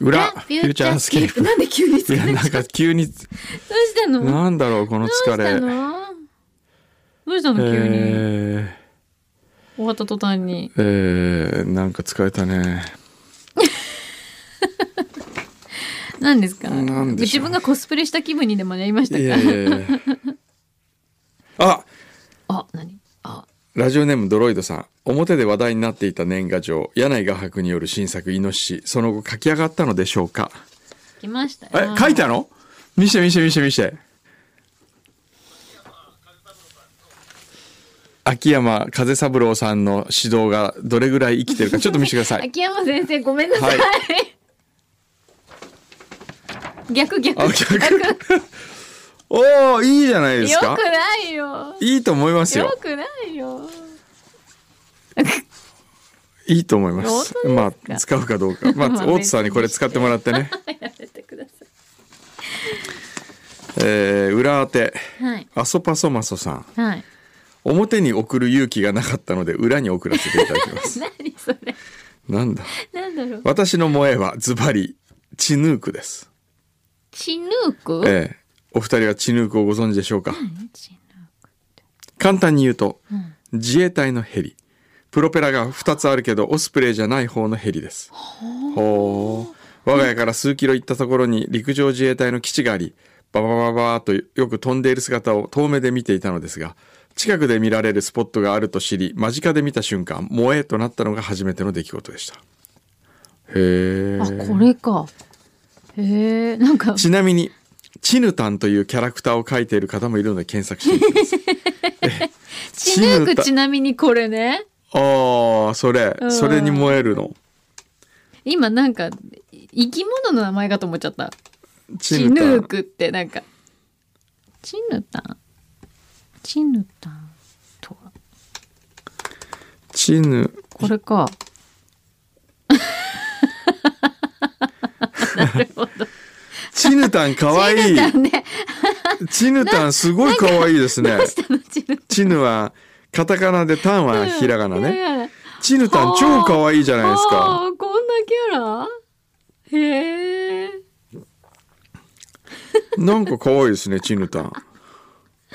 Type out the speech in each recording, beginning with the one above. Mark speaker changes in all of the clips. Speaker 1: 裏フューチャースケープ。
Speaker 2: なんで急に疲
Speaker 1: い
Speaker 2: れ
Speaker 1: や、
Speaker 2: た
Speaker 1: なんか急に、
Speaker 2: どうしたの
Speaker 1: なんだろう、こ
Speaker 2: ど
Speaker 1: の
Speaker 2: うし
Speaker 1: 疲
Speaker 2: た
Speaker 1: れ。
Speaker 2: のどうしたの急に、
Speaker 1: え
Speaker 2: 終わった途端に。
Speaker 1: ー、えー、なんか疲れたね。
Speaker 2: 何ですか
Speaker 1: なんでし
Speaker 2: 自
Speaker 1: ょう
Speaker 2: 分がコスプレした気分にでもなりまし
Speaker 1: い
Speaker 2: たか
Speaker 1: やいやいやいや あ
Speaker 2: あ、何あ、
Speaker 1: ラジオネームドロイドさん表で話題になっていた年賀状柳井画伯による新作「イノシシ」その後書き上がったのでしょうか
Speaker 2: 来ました
Speaker 1: え
Speaker 2: よ。
Speaker 1: 書いたの見して見して見して見して秋山風三郎さんの指導がどれぐらい生きてるかちょっと見せてください
Speaker 2: 秋山先生、ごめんなさい。
Speaker 1: は
Speaker 2: 逆逆
Speaker 1: あ逆おおいいじゃないです
Speaker 2: よ
Speaker 1: か
Speaker 2: くないよ。
Speaker 1: いいと思いますよ
Speaker 2: よくないよ。
Speaker 1: いいと思います
Speaker 2: 本当です
Speaker 1: ま
Speaker 2: か
Speaker 1: あ使うかどうかま
Speaker 2: まあ
Speaker 1: あ大津さんにこれ使ってもらってね
Speaker 2: やめてくださ
Speaker 1: えー裏当て
Speaker 2: い。はい。
Speaker 1: アソパソマソさん
Speaker 2: はい。
Speaker 1: 表に送る勇気がなかったので裏に送らせていただきます
Speaker 2: 何それ。
Speaker 1: なんだ
Speaker 2: なんだろう。
Speaker 1: 私の萌えはズバリチヌークです
Speaker 2: チヌーク、
Speaker 1: ええお二人はチヌークをご存知でしょうか
Speaker 2: 何チヌ
Speaker 1: 簡単に言うと
Speaker 2: ーク。うん。
Speaker 1: 自衛隊のヘリプロペラが2つあるけどオスプレイじゃない方のヘリですほう我が家から数キロ行ったところに陸上自衛隊の基地がありバババババーとよく飛んでいる姿を遠目で見ていたのですが近くで見られるスポットがあると知り間近で見た瞬間萌えとなったのが初めての出来事でしたへ
Speaker 2: あ、こ
Speaker 1: え
Speaker 2: れか。へえ、なんか、
Speaker 1: ちなみにチヌタンというキャラクターを描いている方もいるので検索してみてください
Speaker 2: チヌー
Speaker 1: チヌ
Speaker 2: ク
Speaker 1: タ
Speaker 2: ちなみにこれね。
Speaker 1: ああそれ
Speaker 2: うん
Speaker 1: それに燃えるの
Speaker 2: 今なんか、生き物の名前かと思っちゃった。チ
Speaker 1: タン
Speaker 2: ヌークってなんか。チヌタンチヌタンとは。
Speaker 1: チヌ
Speaker 2: これか。
Speaker 1: チヌタンかわいい
Speaker 2: チヌタンね。
Speaker 1: チヌタンすごいかわいいですね
Speaker 2: どうしたのチヌタン。
Speaker 1: チヌはカタカナでタンはひらがなね
Speaker 2: ね。
Speaker 1: チヌタン超かわいいじゃないですか
Speaker 2: あーこんなキャラへえ。
Speaker 1: なんかかわいいですねチヌタンへ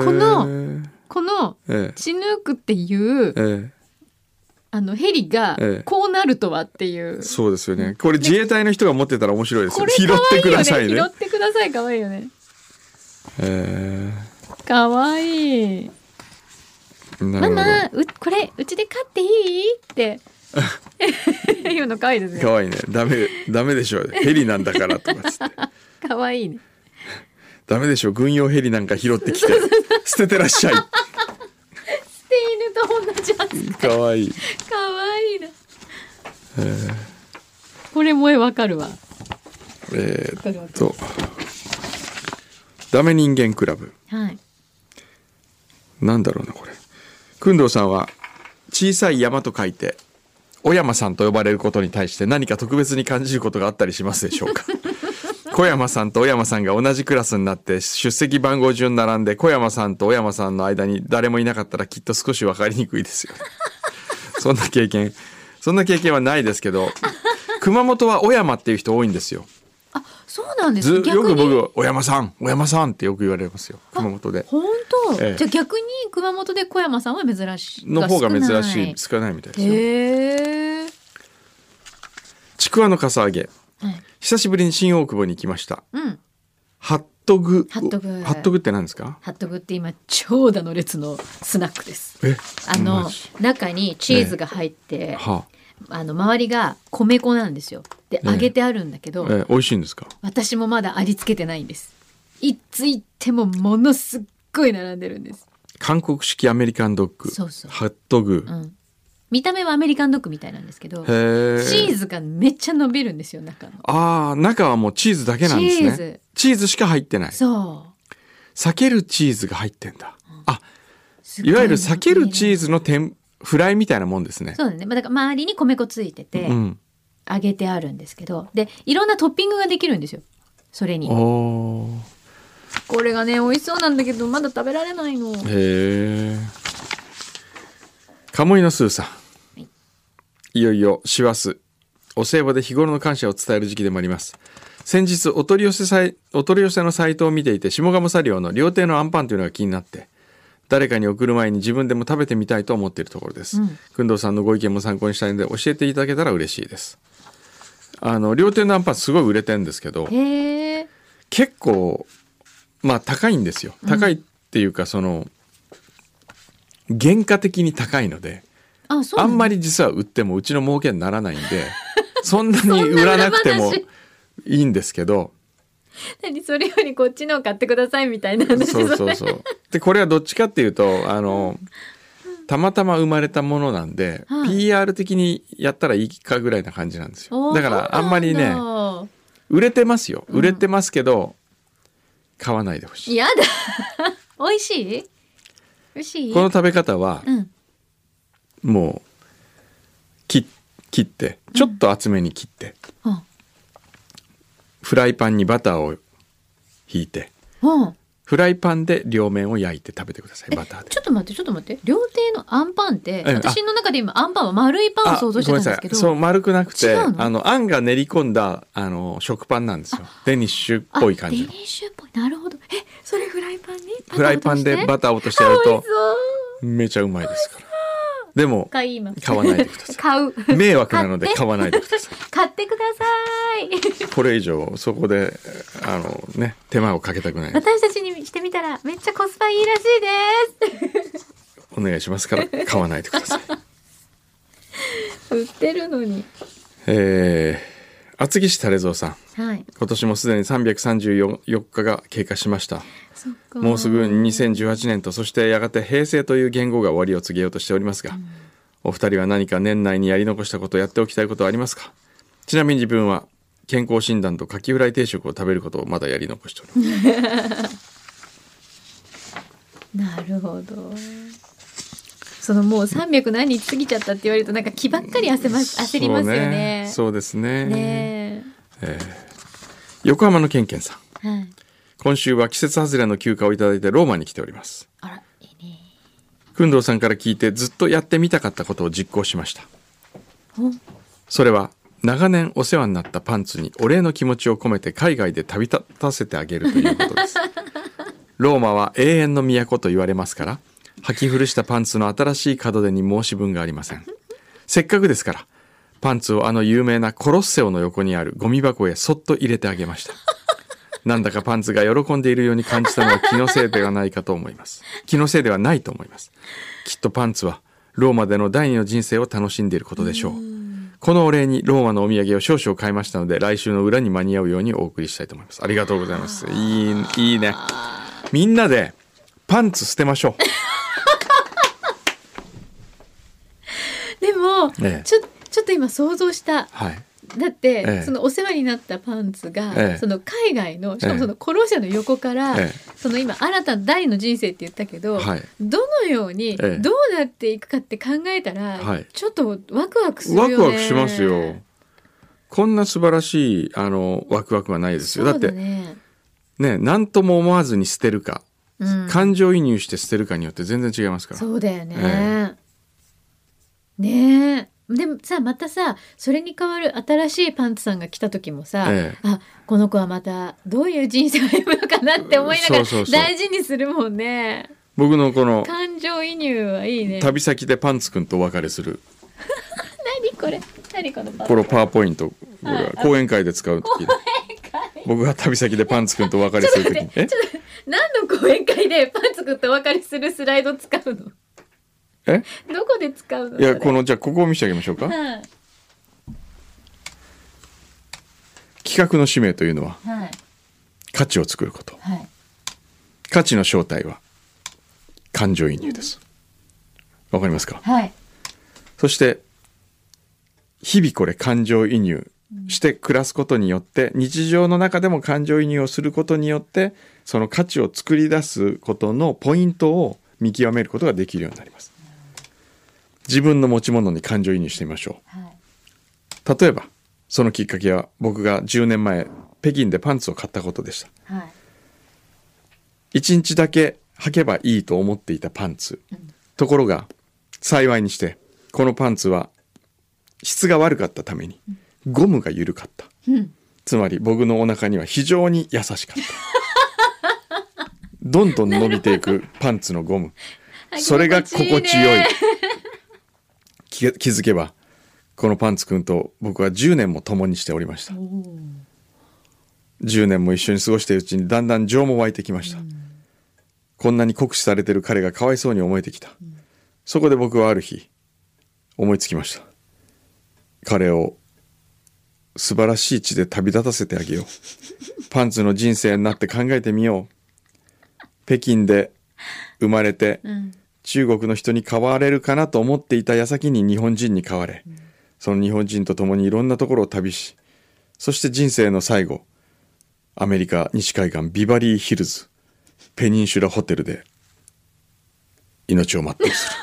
Speaker 1: え
Speaker 2: このこの、
Speaker 1: え
Speaker 2: チヌークっていう
Speaker 1: え、え
Speaker 2: あの、ヘリが
Speaker 1: ええ、
Speaker 2: こうなるとはっていう
Speaker 1: え、。そうですよねこれ自衛隊の人が持ってたら面白いです
Speaker 2: こ
Speaker 1: よ
Speaker 2: れ
Speaker 1: 拾ってくだ
Speaker 2: 可
Speaker 1: さ
Speaker 2: 愛
Speaker 1: い
Speaker 2: いよ
Speaker 1: ね
Speaker 2: ね。拾ってください、可愛いよね。
Speaker 1: え
Speaker 2: 可愛い。
Speaker 1: えなる
Speaker 2: マ
Speaker 1: ほ
Speaker 2: マ、うこれ、うちで飼ってい いって。言うの可愛いです
Speaker 1: ど
Speaker 2: ね。
Speaker 1: かわいいねダメダメでしょヘリなんだからとかっつって
Speaker 2: 可愛いね。
Speaker 1: ダメでしょ軍用ヘリなんか拾ってきて捨ててらっしゃい
Speaker 2: 捨て犬と同じ扱い。
Speaker 1: かわいい
Speaker 2: 可愛いな。これ萌えわかるわ。
Speaker 1: えーっとダメ人間クラブ
Speaker 2: はい。
Speaker 1: なんだろうなこれ工藤さんは小さい山と書いて小山さんと呼ばれることに対して何か特別に感じることがあったりしますでしょう か小山さんと小山さんが同じクラスになって出席番号順並んで小山さんと小山さんの間に誰もいなかったらきっと少し分かりにくいですよ ねそんな経験そんな経験はないですけど熊本は小山っていう人多いんですよ
Speaker 2: あ、そうなんです
Speaker 1: ず
Speaker 2: ね。
Speaker 1: よく
Speaker 2: 逆に。
Speaker 1: 僕「小山さん小山さん」ってよく言われますよ熊本で
Speaker 2: 本当、
Speaker 1: ええ
Speaker 2: じゃあ逆に熊本で小山さんは珍しい
Speaker 1: の方が珍しい
Speaker 2: 少
Speaker 1: 少ないみたいです
Speaker 2: ない
Speaker 1: よ
Speaker 2: へえ、
Speaker 1: ちくわのかさ揚げ
Speaker 2: はい、
Speaker 1: 久しぶりに新大久保に行きました
Speaker 2: うん
Speaker 1: ハットグ
Speaker 2: ハットグ
Speaker 1: ハットグって何ですか
Speaker 2: ハットグって今長蛇の列のスナックです
Speaker 1: え
Speaker 2: あの
Speaker 1: マジ
Speaker 2: 中にチーズが入って、
Speaker 1: は
Speaker 2: あの周りが米粉なんですよで
Speaker 1: ええ
Speaker 2: 揚げてあるんだけ
Speaker 1: あ
Speaker 2: ど、
Speaker 1: え美味しいんですか
Speaker 2: 私もまだありつけてないんですいつ行ってもものすっごい並んでるんです、
Speaker 1: 韓国式アメリカンドッグ
Speaker 2: そうそう
Speaker 1: ハットグ
Speaker 2: うん、見た目はアメリカンドッグみたいなんですけどチ
Speaker 1: へ
Speaker 2: ー
Speaker 1: ズ
Speaker 2: ズがめっちゃ伸びるんですよ中の
Speaker 1: ああ中はもうチーズだけなんです
Speaker 2: チー
Speaker 1: ね
Speaker 2: ズ
Speaker 1: チーズしか入ってない
Speaker 2: そう
Speaker 1: 避けるチーズが入ってんだあ
Speaker 2: すご
Speaker 1: いわゆる避けるチー
Speaker 2: ズ
Speaker 1: ズの天フライみたいなもんですね
Speaker 2: そうだねまあだから周りに米粉ついてて
Speaker 1: うん
Speaker 2: 揚げてあるんですけどでいろんなトッピングができるんですよそれに
Speaker 1: おー
Speaker 2: これがね美味しそうなんだけどまだ食べられない
Speaker 1: へ
Speaker 2: の
Speaker 1: え。カモイのスーさん。いよいよ師走。お歳暮で日頃の感謝を伝える時期でもあります先日お取り寄せさいお取り寄せのサイトを見ていて下鴨茶寮の料亭のアンパンというのが気になって誰かに送る前に自分でも食べてみたいと思っているところです
Speaker 2: うん
Speaker 1: 工藤、さんのご意見も参考にしたいので教えていただけたら嬉しいですあの料亭のアンパンすごい売れてるんですけど
Speaker 2: へえ
Speaker 1: 結構まあ高いんですよ高いっていうかその、原価的に高いので
Speaker 2: あそう
Speaker 1: あんま
Speaker 2: り
Speaker 1: り実は売ってもうちの儲けにならないんで そんなに売らなくても
Speaker 2: そんな裏
Speaker 1: いいんですけど
Speaker 2: 何それよりこっちのを買ってくださいみたいな話
Speaker 1: そう
Speaker 2: そ
Speaker 1: そう
Speaker 2: れ
Speaker 1: そうでこれはどっちかっていうとあのたまたま生まれたものなんで、
Speaker 2: はい
Speaker 1: PR 的にやったらいいかぐらいな感じなんです
Speaker 2: お
Speaker 1: よ
Speaker 2: ー
Speaker 1: だからあんまり
Speaker 2: そう
Speaker 1: ね
Speaker 2: なんだ
Speaker 1: 売れてますよ
Speaker 2: うん
Speaker 1: 売れてますけど、買わないでほしい
Speaker 2: やだ 美味しい美味しい
Speaker 1: この食べ方は
Speaker 2: うん
Speaker 1: もう切切ってちょっと厚めに切って、
Speaker 2: あ
Speaker 1: フライパンにバターをひいて
Speaker 2: あ
Speaker 1: フライパンで両面を焼いて食べてくださいバターで
Speaker 2: ちょっと待ってちょっと待って料亭のあんパンって
Speaker 1: ええあ
Speaker 2: 私の中で今あんパンは丸いパンを想像してたんですけど
Speaker 1: あごめんなさいそう丸くなくて
Speaker 2: 違うの
Speaker 1: あのあんが練り込んだあの食パンなんですよデニッシュっぽい感
Speaker 2: あ
Speaker 1: じ
Speaker 2: デニッシュっぽいなるほどえそれフライパンに
Speaker 1: フライパンで
Speaker 2: バ
Speaker 1: バターを落としてやる
Speaker 2: ターを
Speaker 1: と
Speaker 2: 落としてあ美味し
Speaker 1: めちゃうまいですからでも
Speaker 2: そう買い今
Speaker 1: 買わないでください
Speaker 2: 買う
Speaker 1: 迷惑なので
Speaker 2: 買って
Speaker 1: 買わないでください
Speaker 2: 買ってください
Speaker 1: これ以上そこであのね手間をかけたくない
Speaker 2: 私たちにしてみたらめっちゃコスパいいらしいで
Speaker 1: お願いしますから買わないでください
Speaker 2: す売ってるのに
Speaker 1: えー、厚木市垂蔵さん
Speaker 2: はい
Speaker 1: 今年もすでに334日が経過しました
Speaker 2: そっか
Speaker 1: もうすぐ2018年とそしてやがて平成という言語が終わりを告げようとしておりますが、お二人は何か年内にやり残したことやっておきたいことはありますかちなみに自分は健康診断とカキフライ定食を食べることをまだやり残しております
Speaker 2: なるほどそのもう300何日過ぎちゃったって言われるとなんか気ばっかり焦ま焦りますよね
Speaker 1: そうですね
Speaker 2: ね
Speaker 1: 横浜のケンケンさん
Speaker 2: えはい
Speaker 1: 今週は季節外れの休暇をいただいてローマに来ております
Speaker 2: あらいいね
Speaker 1: 工藤さんから聞いてずっとやってみたかったことを実行しました
Speaker 2: お
Speaker 1: それは長年お世話になったパンツにお礼の気持ちを込めて海外で旅立たせてあげるということですローマは永遠の都と言われますから履き古したパンツの新しい門出に申し分がありませんせっかくですからパンツをあの有名なコロッセオの横にあるゴミ箱へそっと入れてあげましたなんだかパンツが喜んでいるように感じたのは気のせいではないかと思います気のせいではないと思いますきっとパンツはローマでの第二の人生を楽しんでいることでしょうこのお礼にローマのお土産を少々買いましたので来週の裏に間に合うようにお送りしたいと思いますありがとうございますいいいいねみんなでパンツ捨てましょ
Speaker 2: でも、
Speaker 1: ええ
Speaker 2: ちょちょっと今想像した
Speaker 1: うはい
Speaker 2: だって、
Speaker 1: ええ
Speaker 2: そのお世話になったパンツが、
Speaker 1: ええ
Speaker 2: その海外のしか
Speaker 1: ええ
Speaker 2: もそのコロシャの横から、
Speaker 1: ええ
Speaker 2: その今新たな第の人生って言ったけど、
Speaker 1: はい
Speaker 2: どのように
Speaker 1: ええ
Speaker 2: どうなっていくかって考えたら、
Speaker 1: はい
Speaker 2: ちょっとワクワクするよ
Speaker 1: ワ
Speaker 2: ね。
Speaker 1: クワクしますよこんな素晴らしいあのワクワクはないです
Speaker 2: そ
Speaker 1: よ
Speaker 2: う
Speaker 1: だ
Speaker 2: だ
Speaker 1: って
Speaker 2: ね。
Speaker 1: ね何とも思わずに捨てるか、
Speaker 2: うん
Speaker 1: 感情移入して捨てるかによって全然違いますから
Speaker 2: そうだよね。
Speaker 1: え
Speaker 2: ねえ。でもさまたさそれに代わる新しいパンツさんが来た時もさ、
Speaker 1: ええ
Speaker 2: あこの子はまたどういう人生を歩むのかなって思いながら
Speaker 1: そうそうそう
Speaker 2: 大事にするもんね
Speaker 1: 僕のこの
Speaker 2: 感情移入はいいね
Speaker 1: 旅先でパンツくんとお別れする
Speaker 2: 何これ何このパン
Speaker 1: このパワーポイントこれは講演会で使う時に
Speaker 2: 会
Speaker 1: 僕が旅先でパンツくんとお別れする 時にえ
Speaker 2: 何の講演会でパンツくんとお別れするスライド使うの
Speaker 1: え
Speaker 2: どこで使うの
Speaker 1: いやこ
Speaker 2: の
Speaker 1: のじゃあここを見せてあげましょうか
Speaker 2: はい
Speaker 1: 企画の使命というのは
Speaker 2: はい
Speaker 1: 価値を作ること
Speaker 2: はい
Speaker 1: 価値の正体は感情移入ですわかりますか
Speaker 2: はい
Speaker 1: そして日々これ感情移入して暮らすことによって日常の中でも感情移入をすることによってその価値を作り出すことのポイントを見極めることができるようになります自分の持ち物に感情移入してみましょ
Speaker 2: はいう
Speaker 1: 例えばそのきっかけは僕が10年前北京でパンツを買ったことでした
Speaker 2: はい
Speaker 1: 1日だけ履けばいいと思っていたパンツ、ところが幸いにしてこのパンツは質が悪かったためにゴムが緩かった
Speaker 2: うん。
Speaker 1: つまり僕のお腹には非常に優しかったどんどん伸びていくパンツのゴムそれが心地よい
Speaker 2: あ。
Speaker 1: 気気づけばこのパンツくんと僕は10年も共にしておりました
Speaker 2: 気持ちいいね
Speaker 1: 10年も一緒に過ごしているうちにだんだん情も湧いてきました、こんなに酷使されてる彼がかわいそうに思えてきた、そこで僕はある日思いつきました彼を素晴らしい地で旅立たせてあげようパンツの人生になって考えてみよう北京で生まれて、
Speaker 2: おーうん。
Speaker 1: 中国の人に買われるかなと思っていた矢先に日本人に買われ、その日本人と共にいろんなところを旅しそして人生の最後アメリカ西海岸ビバリーヒルズペニンシュラホテルで命を全うする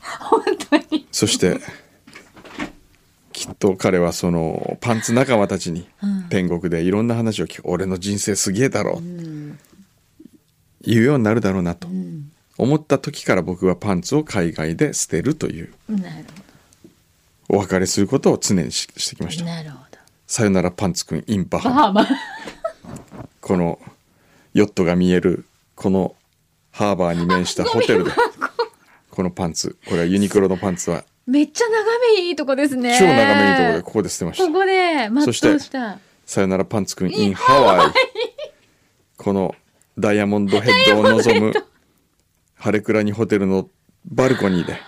Speaker 2: 本当に。
Speaker 1: そしてきっと彼はそのパンツ仲間たちに天国でいろんな話を聞く俺の人生すげえだろ
Speaker 2: うん。
Speaker 1: 言うようになるだろうなと
Speaker 2: うん。
Speaker 1: 思った時から僕はパンツを海外で捨てるという
Speaker 2: なる
Speaker 1: お別れすることを常にししてきまし
Speaker 2: ほど。
Speaker 1: た。
Speaker 2: なるほど。
Speaker 1: さよならパンツくんインバ
Speaker 2: バ
Speaker 1: ハマ
Speaker 2: ハマ。
Speaker 1: このヨットが見えるこのハーバーに面したホテ ルでこのパンツこれはユニクロのパンツは
Speaker 2: めっちゃ眺めいいとこですね。
Speaker 1: 超眺めいいところでここで捨てました
Speaker 2: こ。こで、マッ
Speaker 1: そ
Speaker 2: ト
Speaker 1: して
Speaker 2: した。
Speaker 1: さよならパンツくん in ハワイこのダイヤモンドヘッドを 望 むハレクラニホテルのバルコニーで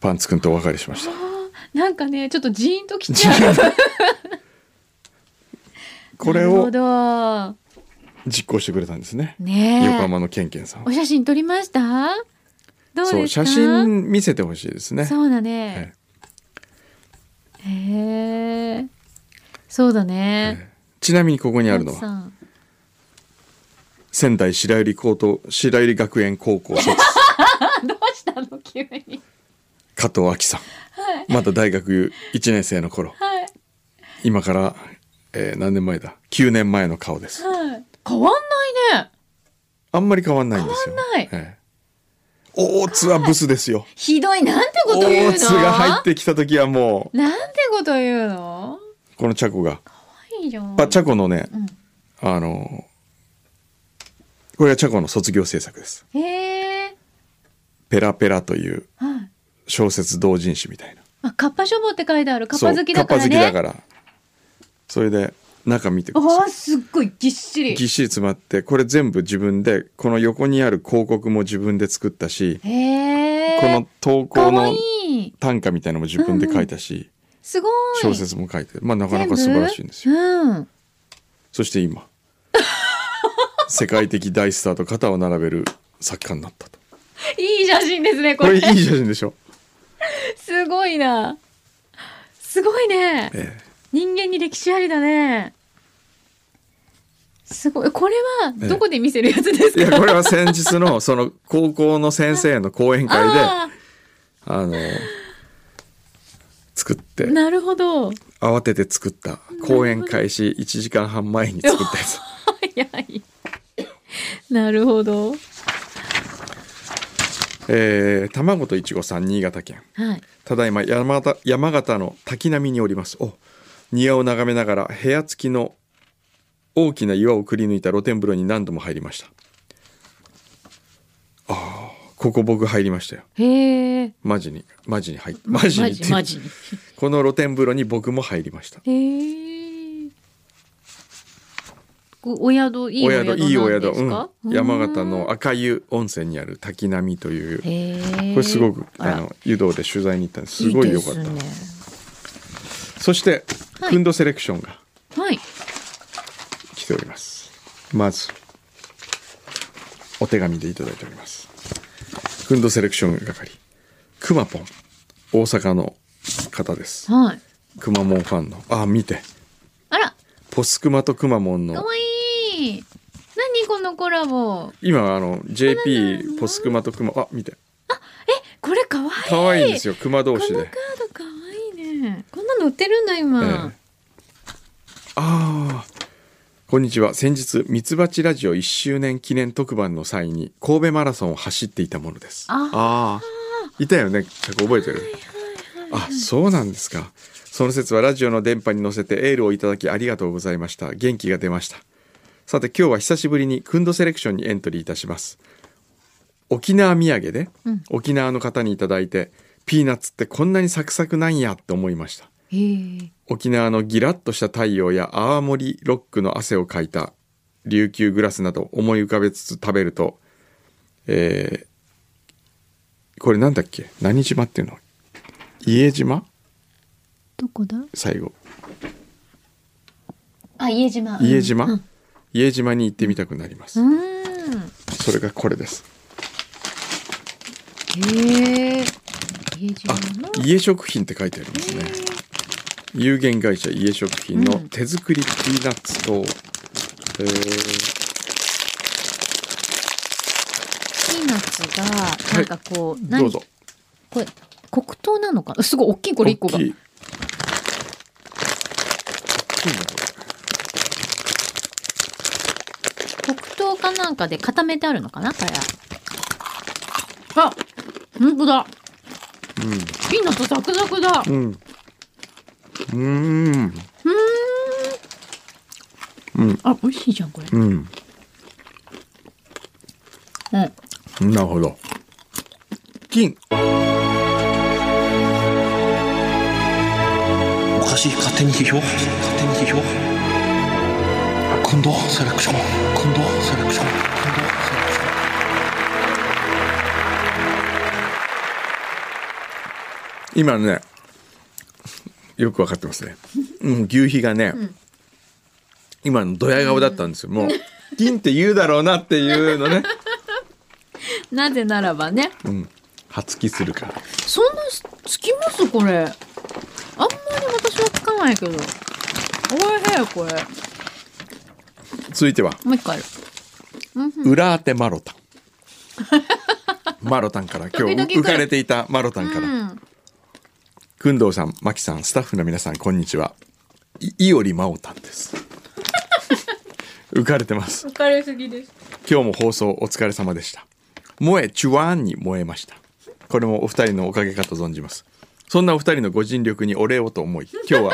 Speaker 1: パンツくんとお別れしました。
Speaker 2: なんかね、ちょっとジーンときちゃう。
Speaker 1: これ
Speaker 2: なる
Speaker 1: を
Speaker 2: ほど。
Speaker 1: 実行してくれたんですね。横
Speaker 2: ねえ。
Speaker 1: 浜のケンケンさんは
Speaker 2: お写真撮りましたどうですか
Speaker 1: そう写真見せてほしいですね。
Speaker 2: そうだ
Speaker 1: はい
Speaker 2: ね。へえ。そうだね。
Speaker 1: ちなみにここにあるの
Speaker 2: 松さ
Speaker 1: は
Speaker 2: ん
Speaker 1: 仙台白百合高等白百合学園高校卒
Speaker 2: どうしたの急に。
Speaker 1: 加藤亜希さん、まだ大学1年生の頃
Speaker 2: はい。
Speaker 1: 今から、えー何年前だ9年前の顔です
Speaker 2: はい。変わんないね。
Speaker 1: あんまり変わんないんですよ
Speaker 2: 変わんない
Speaker 1: ええ大津はブスですよ
Speaker 2: ひどい。なんてこと言う
Speaker 1: 大
Speaker 2: の
Speaker 1: 津が入ってきた時はも
Speaker 2: なんてこと言うの
Speaker 1: うこのチャコが
Speaker 2: いいじゃん。
Speaker 1: あチャコのね
Speaker 2: うん。
Speaker 1: あのこれがチャコの卒業制作です
Speaker 2: へえ。
Speaker 1: 「ペラペラ」という
Speaker 2: はい。
Speaker 1: 小説同人誌みたいな
Speaker 2: あ、カッパ書房って書いてある。カッ
Speaker 1: そう
Speaker 2: パ好きだからね。
Speaker 1: カッパ好きだからそれで中見てくだ
Speaker 2: あ
Speaker 1: さ
Speaker 2: あ、すっごいぎっし
Speaker 1: い
Speaker 2: り。
Speaker 1: ぎっしり詰まってこれ全部自分でこの横にある広告も自分で作ったし、
Speaker 2: へえ。
Speaker 1: この投稿
Speaker 2: かわ
Speaker 1: の
Speaker 2: いい。
Speaker 1: 短歌みたいなのも自分で書いたし、
Speaker 2: すごい。
Speaker 1: 小説も書いてまあなかな
Speaker 2: 全
Speaker 1: か
Speaker 2: 部
Speaker 1: 素晴らしいんですよ
Speaker 2: うん。
Speaker 1: そして 今世界的大スターと肩を並べる作家になったと
Speaker 2: いい写真ですね、こ
Speaker 1: これい
Speaker 2: れ。
Speaker 1: い写真でしょ、
Speaker 2: すごいな。すごいね。
Speaker 1: え
Speaker 2: 人間に歴史ありだね。すごい。これは
Speaker 1: ええ
Speaker 2: どこで見せるやつです
Speaker 1: えい
Speaker 2: か。
Speaker 1: やこれは先日のその高校の先生の講演会で
Speaker 2: あ
Speaker 1: あの作って
Speaker 2: あ、なるほど。
Speaker 1: 慌てて作った公演開始1時間半前に作ったや つ
Speaker 2: 早い。なるほど。
Speaker 1: えー、卵といちごさん新潟県
Speaker 2: はい。
Speaker 1: ただいま山形山形の滝波におりますお庭を眺めながら部屋付きの大きな岩をくり抜いた露天風呂に何度も入りましたあーここ僕入りましたよ
Speaker 2: へえ。
Speaker 1: マジにマジに入っマジに
Speaker 2: マ
Speaker 1: って
Speaker 2: ジマジに。
Speaker 1: この露天風呂に僕も入りました
Speaker 2: へえ。こお宿いいお宿なんですか。
Speaker 1: いいお宿、うん
Speaker 2: う、ん
Speaker 1: 山形の。赤湯温泉にある滝波という
Speaker 2: へえ。
Speaker 1: これすごく
Speaker 2: あ
Speaker 1: あ
Speaker 2: ら
Speaker 1: の湯道で取材に行ったんですすごい良かった
Speaker 2: ですね
Speaker 1: そして、
Speaker 2: はい
Speaker 1: クンドセレクションが
Speaker 2: はい。
Speaker 1: 来ておりますまずお手紙でいただいておりますクンドセレクション係くまぽん大阪の方です
Speaker 2: はい。
Speaker 1: くまモンファンのあ見て
Speaker 2: あら、
Speaker 1: ポスクマとくまモン
Speaker 2: か
Speaker 1: の
Speaker 2: わいい。何このコラボ。
Speaker 1: 今あの JP ポスクマとくまあ見て
Speaker 2: これかわいい。
Speaker 1: 可愛いんです
Speaker 2: よ。
Speaker 1: よクマ同
Speaker 2: こ
Speaker 1: 士
Speaker 2: のカ
Speaker 1: で
Speaker 2: ードかわいいね。こんなの売ってるんだ今。
Speaker 1: えああこんにちは先日ミツバチラジオ1周年記念特番の際に神戸マラソンを走っていたものです
Speaker 2: あー
Speaker 1: あーいたよね客覚えてるあそうなんですかその説はラジオの電波に乗せてエールをいただきありがとうございました元気が出ましたさて今日は久しぶりにくんどセレクションにエントリーいたします沖縄土産で、
Speaker 2: うん
Speaker 1: 沖縄の方にいただいてピーナッツってこんなにサクサクなんやって思いました
Speaker 2: へえ
Speaker 1: 沖縄のギラッとした太陽や泡盛ロックの汗をかいた琉球グラスなど思い浮かべつつ食べると、えーこれなんだっけ何島っていうの家島
Speaker 2: どこだ
Speaker 1: 最後
Speaker 2: あ家島
Speaker 1: 家島、
Speaker 2: うん
Speaker 1: 家島に行ってみたくなります、
Speaker 2: うん
Speaker 1: それがこれです
Speaker 2: へえ家島
Speaker 1: あ
Speaker 2: の
Speaker 1: 家食品って書いてありますね有限会社家食品の手作りピーナッツと、えー
Speaker 2: ピーナッツがなんかこう、何
Speaker 1: どうぞ
Speaker 2: これ黒糖なのかなすごい大きいこれ一個が
Speaker 1: 大きい大きいなこれ
Speaker 2: 黒糖かなんかで固めてあるのかなこれあ本当だピーナッツザクザクだ
Speaker 1: うん。うん。うーん。
Speaker 2: あ美味しいじゃんこれ
Speaker 1: うん。
Speaker 2: うん
Speaker 1: なるほど。金。
Speaker 3: おかしい勝手に批評勝手に批評近藤セレクション近藤セレクション近藤セレクション
Speaker 1: 今ね。よくわかってますね。うん、牛皮がね。今のドヤ顔だったんですよ。もう。金って言うだろうなっていうのね。
Speaker 2: なぜならばね
Speaker 1: うん。発揮するから。
Speaker 2: そんなつきますこれあんまり私はつかないけどおいしいこれ
Speaker 1: 続いては。
Speaker 2: もう一個ある
Speaker 1: 裏当てマロタン。マロタンから今日
Speaker 2: 時々来る
Speaker 1: 浮かれていたマロタンから。
Speaker 2: うん
Speaker 1: くんどうさん、まきさん、スタッフの皆さん、こんにちは。い、いおりまおたんです。浮かれてます。
Speaker 2: 浮かれすぎです
Speaker 1: 今日も放送お疲れ様でした。萌え、チュワーンに燃えました。これもお二人のおかげかと存じます。そんなお二人のご尽力にお礼をと思い、今日は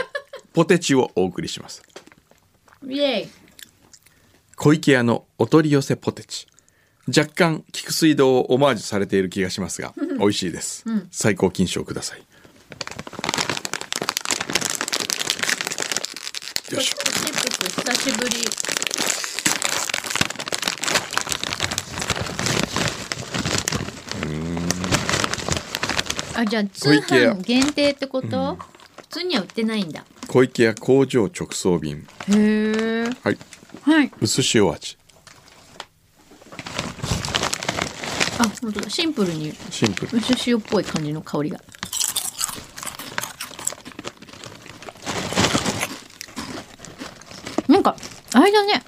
Speaker 1: ポテチをお送りします。
Speaker 2: イエイ
Speaker 1: 小池屋のお取り寄せポテチ若干菊水道をオマージュされている気がしますが美味しいです、最高金賞くださいよいしょ
Speaker 2: チップス久しぶりあじゃあ通
Speaker 1: 小池屋
Speaker 2: 販限定ってこと、普通には売ってないんだ
Speaker 1: 小池屋工場直送便
Speaker 2: へえ
Speaker 1: はい
Speaker 2: はい
Speaker 1: 薄塩味
Speaker 2: あ本当だシンプルに
Speaker 1: シンプル
Speaker 2: 薄塩っぽい感じの香りがなんかあれだね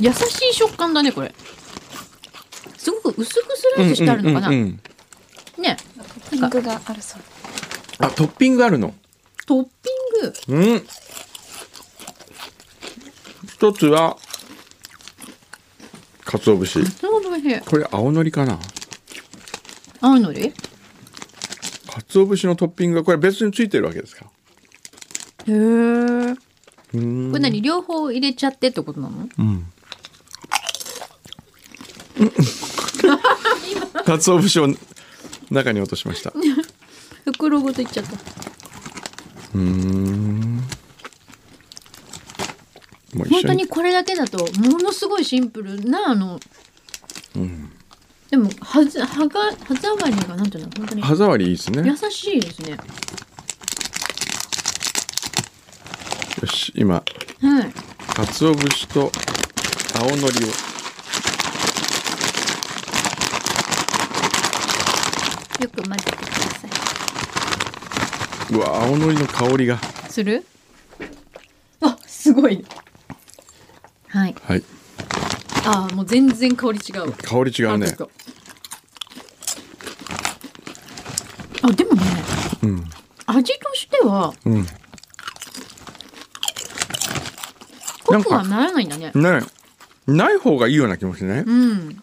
Speaker 2: 優しい食感だねこれすごく薄くスライスしてあるのかな、
Speaker 1: うんうんうんうん
Speaker 2: ね
Speaker 4: ピンクがあるそう
Speaker 1: あトッピングあるの
Speaker 2: トッピング
Speaker 1: うん一つは鰹節
Speaker 2: すごく美味しい
Speaker 1: これ青のりかな
Speaker 2: 青のりへ
Speaker 1: 鰹節のトッピングがこれ別についてるわけですか
Speaker 2: え
Speaker 1: うーん
Speaker 2: これ何両方入れちゃってってことなの
Speaker 1: 鰹節を中に落としました。
Speaker 2: 袋ごといっちゃった
Speaker 1: もう一
Speaker 2: 本
Speaker 1: 緒
Speaker 2: 当
Speaker 1: に
Speaker 2: にこれだけだとものすごいシンプルなあの、でもはず歯が歯触りがなんていうの本当に
Speaker 1: 歯触りいいですね
Speaker 2: 優。しいですね
Speaker 1: よし、今
Speaker 2: はい
Speaker 1: 鰹節と青のりを。
Speaker 2: よく混ぜてくださ
Speaker 1: うわ、青のりの香りが。
Speaker 2: いするあすごいはい
Speaker 1: はい、
Speaker 2: あーもう全然香り違うわ
Speaker 1: 香り違うね
Speaker 2: あ。とあでもね、味としては
Speaker 1: うん、
Speaker 2: 濃くはならないんだね
Speaker 1: ね、ない方がいいような気もしない。
Speaker 2: うん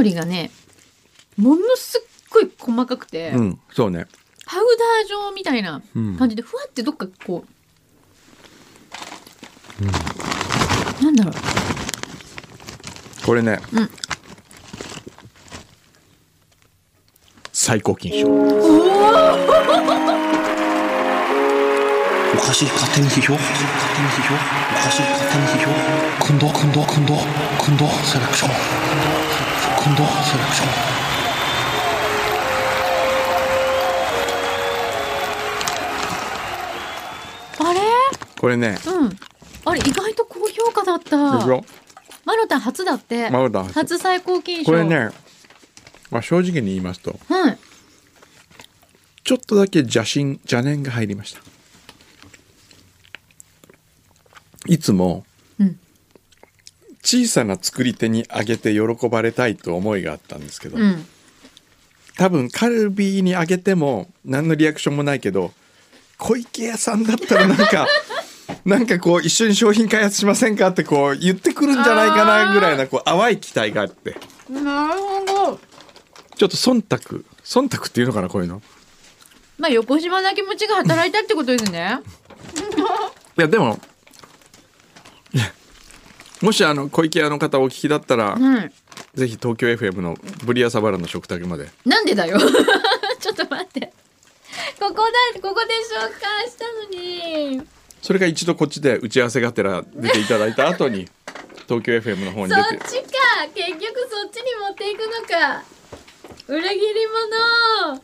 Speaker 2: 海苔がねものすっごい細かくて、
Speaker 1: うんそうね
Speaker 2: パウダー状みたいな
Speaker 1: うん
Speaker 2: 感じでふわってどっかこう、なんだろう
Speaker 1: これね、
Speaker 2: うん
Speaker 1: 最高金賞
Speaker 3: おかしい勝手に批評勝手に批評おかしい勝手に批評くんどくんどくんどくんどセレクションくんどセレクション
Speaker 2: あれ
Speaker 1: これね
Speaker 2: うんあれ意外と高評価だった
Speaker 1: でしょ
Speaker 2: マルタン初だって
Speaker 1: マルタン初
Speaker 2: 初最高金賞
Speaker 1: これね、まあ、正直に言いますと
Speaker 2: はい
Speaker 1: ちょっとだけ邪心邪念が入りましたいつも
Speaker 2: うん
Speaker 1: 小さな作り手にあげて喜ばれたいと思いがあったんですけど、
Speaker 2: うん
Speaker 1: 多分カルビーにあげても何のリアクションもないけど小池屋さんだったらなんかなんかこう一緒に商品開発しませんかってこう言ってくるんじゃないかなぐらいなこう淡い期待があって
Speaker 2: なるほど
Speaker 1: ちょっと忖度忖度っていうのかなこういうの
Speaker 2: まあ横島な気持ちが働いたってことですね
Speaker 1: いやでもいやもしあの小池屋の方お聞きだったら、
Speaker 2: うん
Speaker 1: ぜひ東京 FM のブリアサバラの食卓まで
Speaker 2: なんでだよ ちょっと待ってここだここで紹介したのに
Speaker 1: それが一度こっちで打ち合わせがてら出ていただいた後に東京 FM の方に
Speaker 2: そ
Speaker 1: 出
Speaker 2: ってちか結局そっちに持っていくのか裏切り者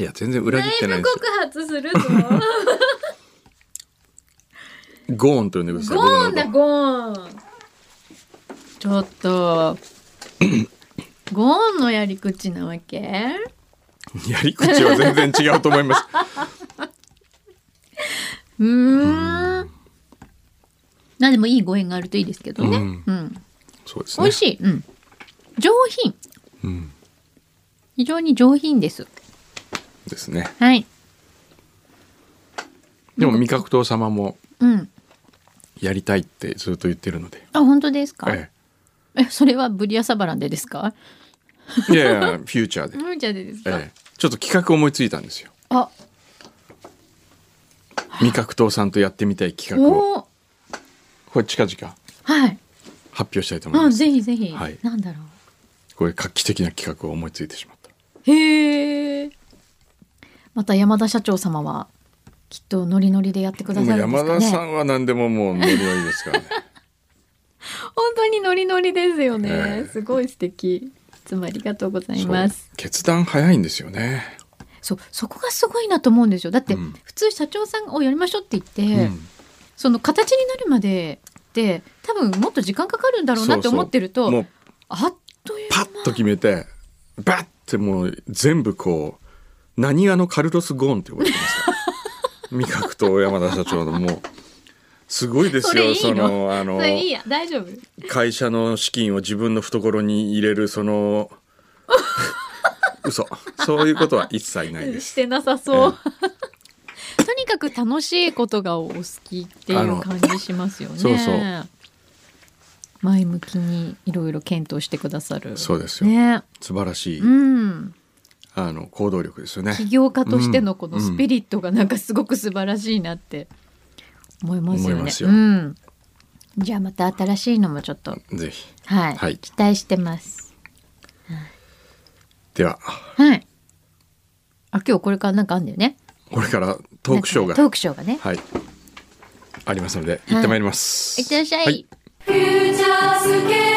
Speaker 1: いや全然裏切ってな
Speaker 2: 内
Speaker 1: い
Speaker 2: 部
Speaker 1: です
Speaker 2: 告発する ぞ
Speaker 1: ゴーンと呼んでください
Speaker 2: ゴーンだ
Speaker 1: 僕のこ
Speaker 2: ゴーンちょっとゴーンのやり口なわけ
Speaker 1: とやり口は全然違うと思い ます
Speaker 2: うーんなんでもいいご縁があるといいですけどね、
Speaker 1: うん
Speaker 2: うん、
Speaker 1: そうです
Speaker 2: 美
Speaker 1: ね
Speaker 2: 味しい、うん、上品
Speaker 1: うん
Speaker 2: 非常に上品です
Speaker 1: ですね
Speaker 2: はい
Speaker 1: でも味覚糖様も
Speaker 2: うん
Speaker 1: やりたいってずっと言ってるので、
Speaker 2: あ本当ですか、
Speaker 1: え
Speaker 2: えそれはブリアサバランでですか
Speaker 1: え、いやいやフューチャーで、
Speaker 2: うんじゃでですか、
Speaker 1: ええ、ちょっと企画思いついたんですよ
Speaker 2: あ
Speaker 1: 味覚糖さんとやってみたい企画を
Speaker 2: おお
Speaker 1: これ近々
Speaker 2: はい
Speaker 1: 発表したいと思い
Speaker 2: あ
Speaker 1: ます
Speaker 2: ぜひぜひ、
Speaker 1: はい
Speaker 2: なんだろ
Speaker 1: これ画期的な企画を思いついてしまった
Speaker 2: うへえまた山田社長様はきっとノリノリでやってくださ
Speaker 1: もう
Speaker 2: るんです
Speaker 1: 山田
Speaker 2: かね
Speaker 1: さんは何でももうノリノリです からね
Speaker 2: 本当にノリノリですよね、
Speaker 1: ええ
Speaker 2: すごい素敵いつもありがとうございます
Speaker 1: そう決断早いんですよね、
Speaker 2: そうそこがすごいなと思うんですよだって、
Speaker 1: うん
Speaker 2: 普通社長さんをやりましょうって言って、
Speaker 1: うん
Speaker 2: その形になるまでって多分もっと時間かかるんだろうなって思ってると
Speaker 1: そうそうもう
Speaker 2: あっという間
Speaker 1: パッと決めてバッてもう全部こう何屋のカルロス・ゴーンって呼ばれて ますから味覚と山田社長のもうすごいです
Speaker 2: それい
Speaker 1: よ
Speaker 2: い
Speaker 1: そ
Speaker 2: の
Speaker 1: のあの
Speaker 2: それいいや大丈夫
Speaker 1: 会社の資金を自分の懐に入れるそ の嘘そういうことは一切ないです
Speaker 2: してなさそう、 とにかく楽しいことがお好きってい
Speaker 1: あ
Speaker 2: う
Speaker 1: の
Speaker 2: 感じしますよね
Speaker 1: そうそう
Speaker 2: 前向きにいろいろ検討してくださる
Speaker 1: そうですよ
Speaker 2: ね
Speaker 1: 素晴らしい、
Speaker 2: うん
Speaker 1: あの行動力ですよね
Speaker 2: 起業家としてのこの
Speaker 1: うん
Speaker 2: スピリットがなんかすごく素晴らしいなって思いますよ
Speaker 1: 思い
Speaker 2: ね
Speaker 1: ますよ
Speaker 2: うん、じゃあまた新しいのもちょっと
Speaker 1: ぜひ
Speaker 2: はい、
Speaker 1: はい
Speaker 2: 期待してます
Speaker 1: では
Speaker 2: はいあ今日これからなんかあんだよね
Speaker 1: これからトークショー
Speaker 2: なんかねト
Speaker 1: が
Speaker 2: ークショーがね
Speaker 1: はいありますので行ってまいります、
Speaker 2: いってらっしゃい、
Speaker 1: はい
Speaker 5: フューチャースケープ